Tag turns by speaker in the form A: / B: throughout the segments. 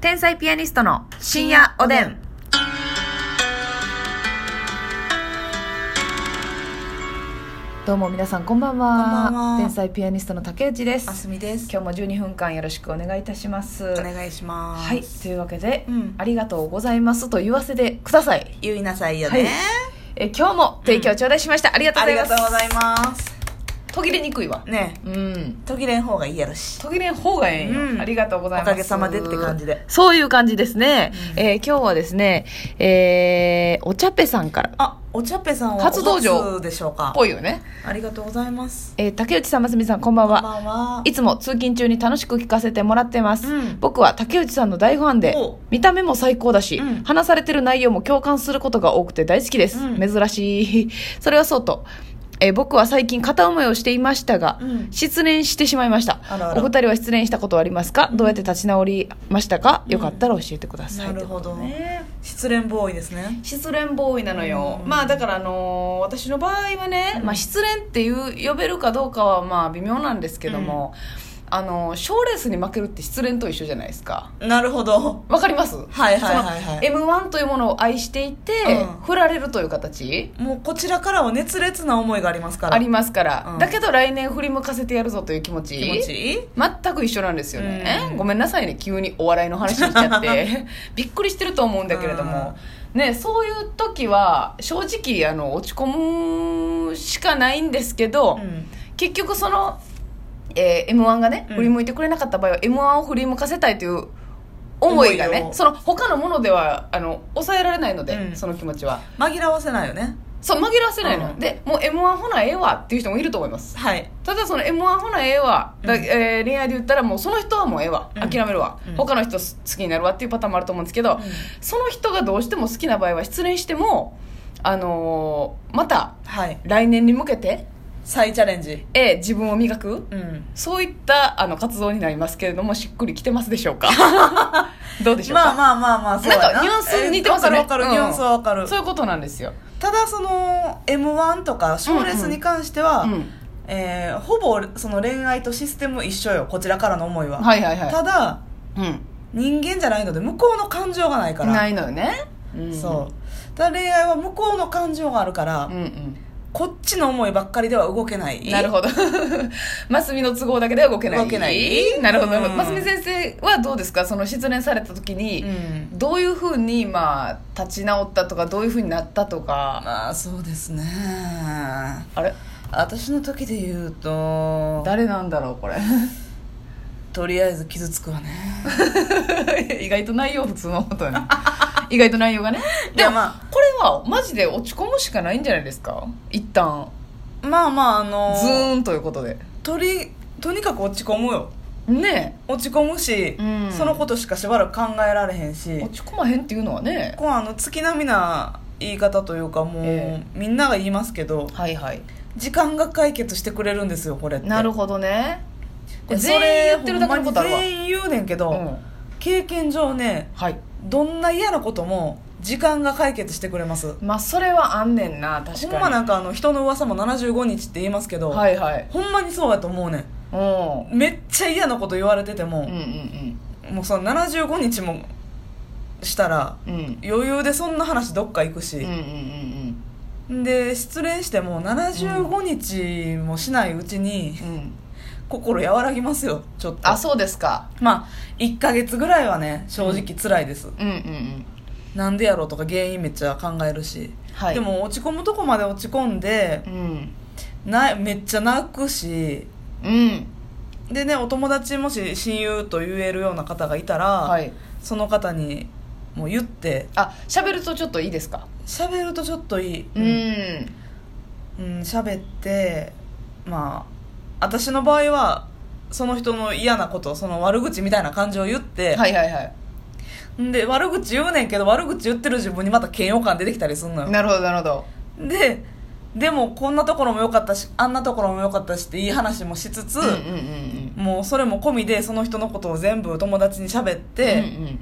A: 天才ピアニストの深夜おでん。どうも皆さんこんばんは。
B: こんばんは
A: 天才ピアニストの竹内で
B: あ
A: す。
B: すみです
A: 今日も12分間よろしくお願いいたします。
B: お願いします
A: はい、というわけで、
B: うん
A: ありがとうございますと言わせてください。
B: 言いなさいよ
A: はい
B: ね、
A: え今日も提供頂戴しました。ありがとう
B: あ
A: ござ
B: り
A: いま
B: が
A: す
B: とう。ございます
A: 途切れにくいわ。
B: ねえ
A: うん。
B: 途切れん方がいいやろし
A: 途切れん方がええんよ、
B: うん
A: ありがとうございます
B: おかげさまでって感じで
A: そういう感じですね、
B: うん
A: えー今日はですねえー、お茶っぺさんからっ
B: あお茶っぺさんは
A: 初登場
B: お初でしょうか
A: ぽいよね、
B: ありがとうございます
A: えー竹内さんますみさんこんばん
B: こ
A: は
B: んばんはい
A: つも通勤中に楽しく聞かせてもらってます、
B: うん
A: 僕は竹内さんの大ファンで
B: お
A: 見た目も最高だし、
B: うん
A: 話されてる内容も共感することが多くて大好きです、
B: うん
A: 珍しい それはそうと、えー僕は最近片思いをしていましたが、
B: うん
A: 失恋してしまいました
B: あらあら
A: お二人は失恋したことはありますかどうやって立ち直りましたか、
B: うん
A: よかったら教えてください
B: なるほ
A: と
B: ど
A: いうことでね
B: 失恋ボーイですね
A: 失恋ボーイなのよ、
B: うん
A: まあだからあのー私の場合はね、
B: うん
A: まあ、失恋っていう呼べるかどうかはまあ微妙なんですけども、あの賞ーレースに負けるって失恋と一緒じゃないですか
B: なるほど
A: わかります
B: はいはいはいはい
A: m 1というものを愛していて、
B: うん
A: 振られるという形
B: もうこちらからは熱烈な思いがありますから
A: ありますから、
B: うん
A: だけど来年振り向かせてやるぞという気持ち
B: 気持ちいい
A: 全く一緒なんですよね、
B: うん
A: ごめんなさいね急にお笑いの話しちゃって びっくりしてると思うんだけれども、ね、そういう時は正直あの落ち込むしかないんですけど、
B: うん
A: 結局その、え m 1がね
B: うん
A: 振り向いてくれなかった場合は m 1を振り向かせたいという思いが
B: 思
A: ね
B: いを
A: その他のものではあの抑えられないので、
B: うん
A: その気持ちは
B: 紛らわせないよね
A: そう紛らわせないの、
B: うん
A: でもう m 1ほなええわっていう人もいると思います
B: はい
A: ただその m 1ほなええわ、だ
B: うん
A: えー恋愛で言ったらもうその人はもうええわ、
B: うん
A: 諦めるわ、
B: うん
A: 他の人好きになるわっていうパターンもあると思うんですけど、
B: うん
A: その人がどうしても好きな場合は失恋しても、あのーまた
B: はい
A: 来年に向けて、
B: 再チャレンジ
A: えー自分を磨く
B: うん
A: そういったあの活動になりますけれどもしっくりきてますでしょうか どうでしょうか、
B: まあまあまあまあそうや
A: なんかニュアンス似てますよね
B: えーわかるわかる、
A: うん
B: ニュアンスはわかる
A: そういうことなんですよ、
B: ただその m 1とか賞レースに関しては、
A: うん、
B: えーほぼその恋愛とシステム一緒よこちらからの思いは、
A: はいはいは
B: ただ
A: い、うん、
B: 人間じゃないので向こうの感情がないから
A: ないのよね、うん
B: そうただ恋愛は向こうの感情があるから、
A: うんうん
B: こっちの思いばっかりでは動けない
A: なるほど。 マスミの都合だけでは動けない。
B: 動けない
A: なるほど。
B: うん
A: マスミ先生はどうですかその失恋された時に、
B: うん
A: どういうふうに、まあ、立ち直ったとか、どういうふうになったとか。
B: まあそうですね
A: あれ
B: 私の時で言うと
A: 誰なんだろうこれ。
B: とりあえず傷つくわね
A: 意外と内容普通の ことやね。意外と内容がね。
B: い
A: で
B: や
A: も、
B: ま
A: これはマジで落ち込むしかないんじゃないですか一旦。
B: あまあまああの
A: ズーンということで。
B: とりとにかく落ち込むよ
A: ね
B: 落ち込むし、
A: うん
B: そのことしかしばらく考えられへん
A: え
B: し
A: 落ち込まへんっていうのはね。
B: こうあの月並みな言い方というかもう、
A: え
B: みんなが言いますけど
A: はいはい。
B: 時間が解決してくれるんですよこれって
A: なるほどね。これ
B: そ
A: 全員
B: れ
A: 言ってるだけのことあるわ
B: ほんま。に全員言うねんけど、
A: うん
B: 経験上ね
A: はい
B: どんな嫌なことも時間が解決してくれます
A: まあそれはあんねんな確かに
B: ほんまなんかあの人の噂も75日って言いますけど、
A: はいはい
B: ほんまにそうやと思うね
A: うん
B: んめっちゃ嫌なこと言われてても
A: うん、うん
B: もうその75日もしたら
A: うんうん
B: 余裕でそんな話どっか行くし
A: うんうんう、ん
B: で失恋しても75日もしないうちに
A: うんうん
B: 心和らぎますよちょっと
A: あそうですか
B: まあ1ヶ月ぐらいはね正直辛いです、
A: うんうんうん
B: なんでやろうとか原因めっちゃ考えるし、
A: はい
B: でも落ち込むとこまで落ち込んで
A: うん
B: なめっちゃ泣くし
A: うん
B: でねお友達もし親友と言えるような方がいたら、
A: はい
B: その方にもう言って
A: あ喋るとちょっといいですか
B: 喋るとちょっといい、
A: うん
B: うん、喋ってまあ私の場合はその人の嫌なことその悪口みたいな感じを言って、
A: はいはいはい
B: んで悪口言うねんけど悪口言ってる自分にまた嫌悪感出てきたりすんのよ
A: なるほどなるほど
B: ででもこんなところも良かったしあんなところも良かったしっていい話もしつつ、
A: うんうんうん
B: もうそれも込みでその人のことを全部友達に喋っ
A: うん
B: て、
A: うんうんうん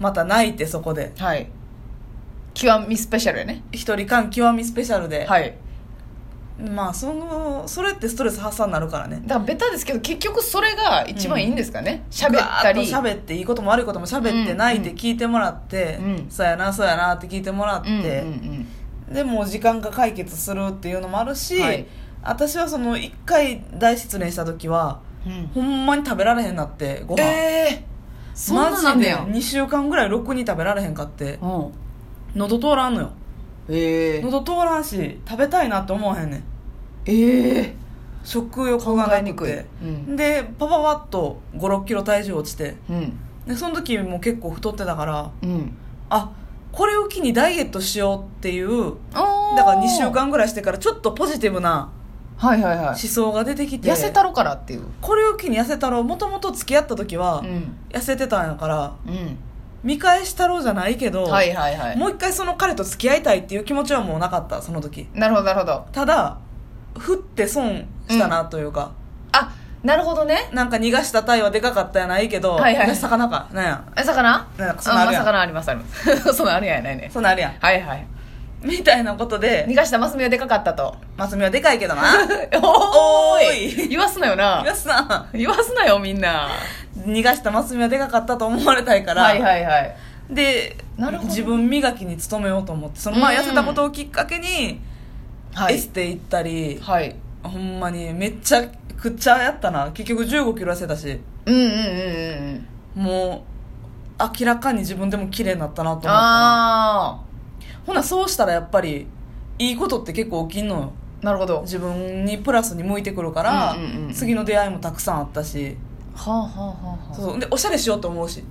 B: また泣いてそこで
A: はい極みスペシャルやね
B: 一人間極みスペシャルで、
A: はい
B: まあそのそれってストレス発散になるからね
A: だからベタですけど結局それが一番いいんですかね喋、ったり
B: ぐわーっと喋っていいことも悪いことも喋って泣いて聞いてもらって、
A: うん
B: そうやなそうやなって聞いてもらって、
A: うんうん
B: でもう時間が解決するっていうのもあるし、
A: はい
B: 私はその一回大失恋した時は
A: うんうん
B: ほんまに食べられへんなってご飯、
A: ええそんななんだよ
B: マジで2週間ぐらいろくに食べられへんかって
A: うん
B: 喉通らんのよ
A: ええ
B: 喉通らんし食べたいなって思わへんねん
A: ええ
B: 食欲がなく
A: 考え
B: て
A: にくいうん
B: でパパパッと5 6キロ体重落ちて
A: うん
B: でその時も結構太ってたから
A: うん
B: あこれを機にダイエットしようっていう
A: おー
B: だから2週間ぐらいしてからちょっとポジティブな
A: はいはいは
B: 思
A: い
B: 想が出てきて
A: 痩せたろからっていう
B: これを機に痩せたろうもともと付き合った時は
A: うん
B: 痩せてたんやから
A: うん
B: 見返したろうじゃないけど、
A: はいはいはい
B: もう一回その彼と付き合いたいっていう気持ちはもうなかったその時
A: なるほどなるほど
B: ただ振って損したなというか、
A: あなるほどね
B: なんか逃がした体はでかかったやないけど、
A: はいはい
B: 逃がした魚かなんや
A: え魚
B: なんかそんなあるやん
A: あ魚ありますあります そんなあるやんないね
B: そんなんあるやん
A: はいはい
B: みたいなことで
A: 逃がしたマスミはでかかったと
B: マスミはでかいけ どな
A: おー
B: おー
A: い言わすなよな
B: 逃がすな
A: 言わすなよみんな
B: 逃がしたマスミはでかかったと思われたいから、
A: はいはいはい
B: で
A: なるほど
B: 自分磨きに努めようと思ってそのまあ
A: うん
B: 痩せたことをきっかけに
A: は
B: エス
A: い
B: テ行ったり、
A: はい
B: ほんまにめっちゃくっちゃやったな結局1 5キロ痩せたし
A: うんうんうんうんうん
B: もう明らかに自分でも綺麗になったなと思ったな
A: あ
B: ほなそうしたらやっぱりいいことって結構起きんのよ
A: あなるほどは
B: 自分にプラスに向いてくるから、
A: うんうんうん
B: 次の出会いもたくさんあったし
A: あはあはあは
B: そうでおしゃれしようと思うし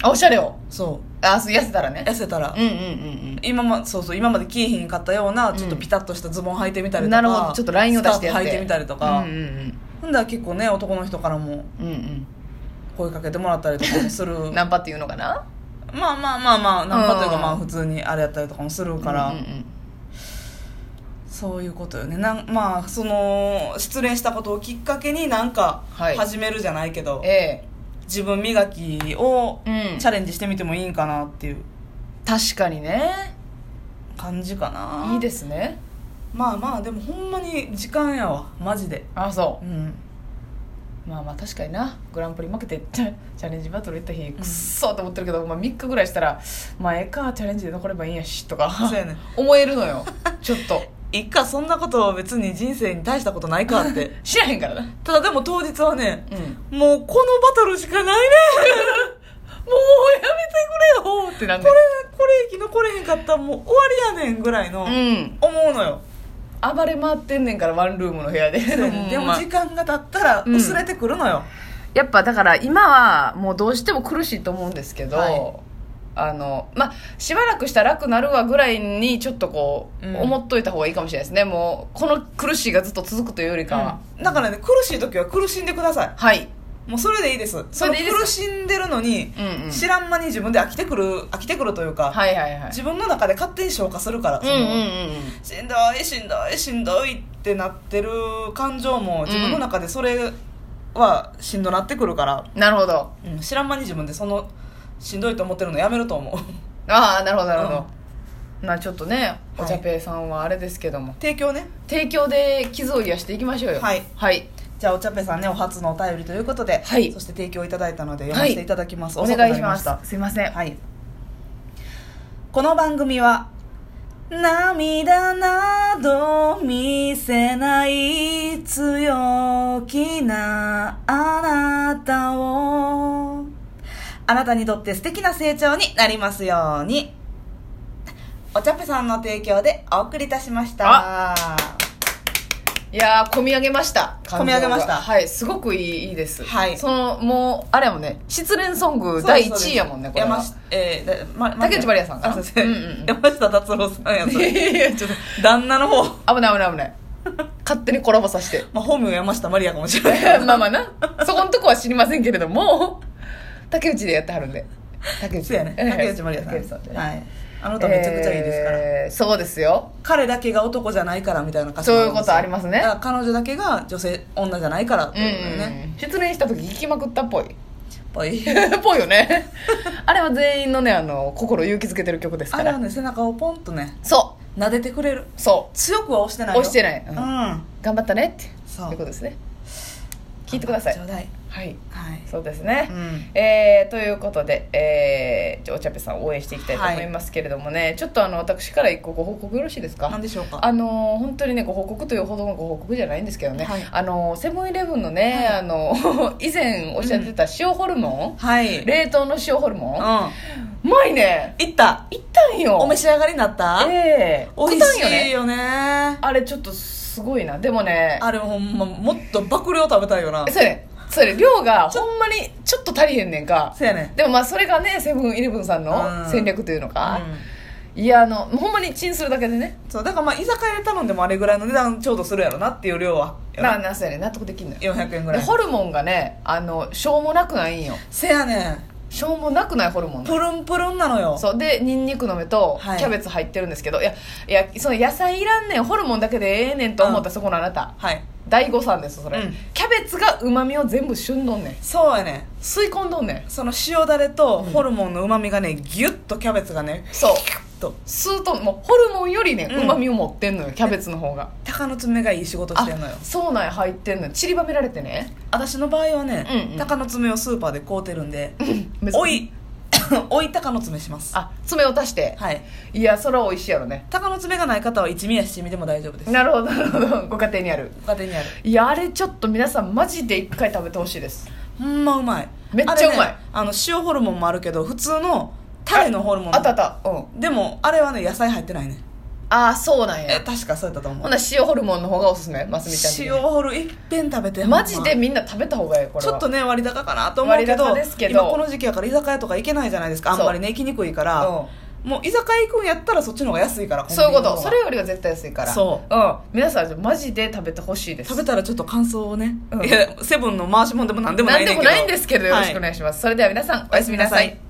A: ああおしゃれを
B: そ
A: あそう痩せたら
B: う
A: ね
B: 痩せたら、
A: うんうんうん
B: 今まそうそう今まで着いひんかったような
A: うん
B: ちょっとピタッとしたズボン履いてみたり
A: う
B: と
A: んな
B: か、
A: るほどちょっとラインを出してやって
B: スカーフ履いてみたりとか、
A: うんうん
B: ほんだら結構ね男の人からも
A: うんうん
B: 声かけてもらったりとかもする
A: うん
B: ま
A: ナンパっていうのか な
B: あまあまあまあナンパというか
A: うん
B: まあ普通にあれやったりとかもするから、
A: うんうんうん
B: そういうことよねなんまあその失恋したことをきっかけになんか
A: はい
B: 始めるじゃないけど、
A: え
B: 自分磨きを
A: えうん
B: チャレンジしてみてもいいんかなっていう
A: 確かにね
B: 感じかない
A: いいですね
B: まあまあでもほんまに時間やわマジで
A: あそううんまあまあ確かになグランプリ負けて チャチャレンジバトル行った日くっそーって思ってるけど、まあ、3日ぐらいしたらまあええかチャレンジで残ればいいんやしとか
B: そうやね
A: 思えるのよちょっと
B: いっかそんなこと別に人生に大したことないかって
A: 知らへんからなうん
B: ただでも当日はね
A: もうやめて
B: もうこのバトルしかないね
A: くれよってなん
B: こ
A: で
B: れこれ生き残れへんかったらもう終わりやねんぐらいの
A: うん
B: 思うのよ、
A: 暴れ回ってんねんからワンルームの部屋で
B: そうやねんでも時間が経ったら
A: うん
B: 薄れてくるのよ、
A: やっぱだから今はもうどうしても苦しいと思うんですけど、
B: はい
A: あのまあしばらくしたら楽なるわぐらいにちょっとこう、
B: うん
A: 思っといた方がいいかもしれないですねもうこの苦しいがずっと続くというよりかは、
B: だからね苦しい時は苦しんでくださ
A: はい、
B: いもうそれでいいです
A: それでいいです
B: の苦しんでるのに
A: うんうん、
B: 知らん間に自分で飽きてくる飽きてくるというか、
A: はいはいはい
B: 自分の中で勝手に消化するから、
A: うんうんうん
B: そのしんどいしんどいしんどいってなってる感情も自分の中でそれはしんどなってくるから、
A: うんなるほど
B: うん知らん間に自分でそのしんどいと思ってるのやめると思う
A: ああなるほどなるほど、まあちょっとねお
B: はい
A: 茶ペイさんはあれですけども、
B: 提供ね
A: 提供で傷を癒していきましょうよ
B: はい
A: はい、
B: じゃあお茶っぺさんねお初のお便りということで、
A: はい
B: そして提供いただいたので読ませていただきます、
A: お
B: 遅くな
A: 願い
B: り
A: します
B: た
A: すいません、
B: はいこの番組は涙など見せない強気なあなたをあなたにとって素敵な成長になりますようにお茶っぺさんの提供でお送りいたしました
A: いやー、込み上げました。
B: 込み上げました
A: 感情がはい、すごくいいいいです。
B: はい
A: その、もう、あれやもんね、失恋ソング第1位やもんね、これは。
B: 山下えーだまま
A: 竹内まりやさんかな
B: あそうですね
A: うんうんうん
B: 山下達郎さんや
A: い
B: そ
A: や
B: れ
A: いやいや、ちょっと、
B: 旦那の方、
A: 危ない危ない危ない。勝手にコラボさせて。
B: まあ、本名山下まりやかもしれないけど
A: まあまあな、そこんとこは知りませんけれども、竹内でやってはるんで。竹内。
B: そうやね
A: ええ
B: 竹内まりやさん,、
A: 竹内さんでね
B: はいあの歌めちゃくちゃいいですから、
A: えーそうですよ。
B: 彼だけが男じゃないからみたいな歌詞
A: そういうことありますね
B: だから彼女だけが女性女じゃないからって
A: うん、う
B: いうことでね、
A: ん。失恋した時聞きまくったっぽい。
B: やっぱり
A: ぽいよね。あれは全員のね、あの、心を勇気づけてる曲ですか
B: あれ
A: ら。
B: はね背中をポンとね
A: そう。
B: 撫でてくれる
A: そ
B: 強くは押してないよ
A: 押してない
B: うん、
A: うん頑張ったねって
B: そう
A: いうことですね聞いてください
B: ちょうだい
A: はい
B: はい
A: そうですね、
B: うん
A: えーということで、えーじゃあお茶ゃぺさんを応援していきたいと思いますけれどもね、ちょっとあの私から一個ご報告よろしいですか
B: 何でしょうか
A: あのー本当にねご報告というほどのご報告じゃないんですけどね、
B: はい
A: あのーセブンイレブンのね、
B: はい
A: あの ー以前おっしゃってた塩ホルモン、
B: はいうん
A: 冷凍の塩ホルモン、う
B: 行
A: まいね
B: った
A: いったんよ
B: お召し上がりになった
A: ええ
B: 美
A: い
B: 味し
A: よ
B: い
A: ね
B: よね
A: あれちょっとすごいなでもね
B: あれほんまもっと爆量食べたいよな
A: それねそれ量がほんまにちょっと足りへんねんか
B: そうやね
A: でもまあそれがねセブンイレブンさん
B: う
A: の
B: ん
A: 戦略というのか、
B: うん
A: いやあのほんまにチンするだけでね
B: そうだからまあ居酒屋で頼んでもあれぐらいの値段ちょうどするやろなっていう量は
A: ななんすよね納得できんのよ
B: 400円ぐ
A: で
B: らい
A: ホルモンがねあのしょうもなくないんよ
B: せやねん
A: しょうもなくないホルモンなの
B: プルンプルンなのよ
A: そうでニンニクの芽と
B: はい
A: キャベツ入ってるんですけど、い、やいやその野菜いらんねんホルモンだけでええねんと思ったそこのあなた
B: はい
A: 大誤算ですそれ、
B: うん
A: キャベツがうまみを全部しゅんどんねん
B: そうやねん
A: 吸い込んどんねん
B: その塩だれとホルモンのうまみがねギュッとキャベツがね
A: そう
B: と
A: 吸うともうホルモンよりね
B: うん
A: うまみを持ってんのよキャベツの方が
B: 鷹の爪がいい仕事してんのよ
A: そうなんや入ってんのよ散りばめられてね
B: 私の場合はね、
A: うんうん
B: 鷹の爪をスーパーで買うてるんで
A: 珍し
B: おい おい鷹の爪します
A: あ爪を足して、
B: はい
A: い、やそれは美味しいやろね
B: 鷹の爪がない方は一味や七味でも大丈夫です
A: なるほどなるほどご家庭にある
B: ご家庭にある
A: いやあれちょっと皆さんマジで一回食べてほしいです
B: ほんまうまい
A: めっちゃ
B: あれね
A: うまい
B: あの塩ホルモンもあるけど普通のタレのホルモン
A: あったあったうん
B: でもあれはね野菜入ってないね
A: ああそうなん
B: え
A: や
B: 確かそうやったと思
A: ほ
B: う
A: な塩ホルモンの方がおすすめますみちゃん的に
B: 塩ホルいっぺん食べて
A: マジで
B: ほん
A: みんな食べた方がいいこ
B: ま
A: れ
B: ちょ
A: は
B: っとね割高かなと思うけ
A: 割
B: ど
A: 高ですけど
B: 今この時期やから居酒屋とか行けないじゃないですかあんまりね行きにくいから、もう居酒屋行くんやったらそっちの方が安いから
A: うん、そういうこと
B: コ
A: そ
B: ン
A: れ
B: ビニ
A: よ
B: の方が
A: りは絶対安いから、
B: そう
A: うん、皆さんマジで食べてほしいです
B: 食べたらちょっと感想をね、
A: うん
B: いやセブンの回しもんでも何でもな
A: ないん
B: ね
A: で
B: んけど
A: もないんですけどよろしくお
B: はい
A: 願いします、それでは皆さんおやすみなさ
B: おやすみ
A: い
B: なさい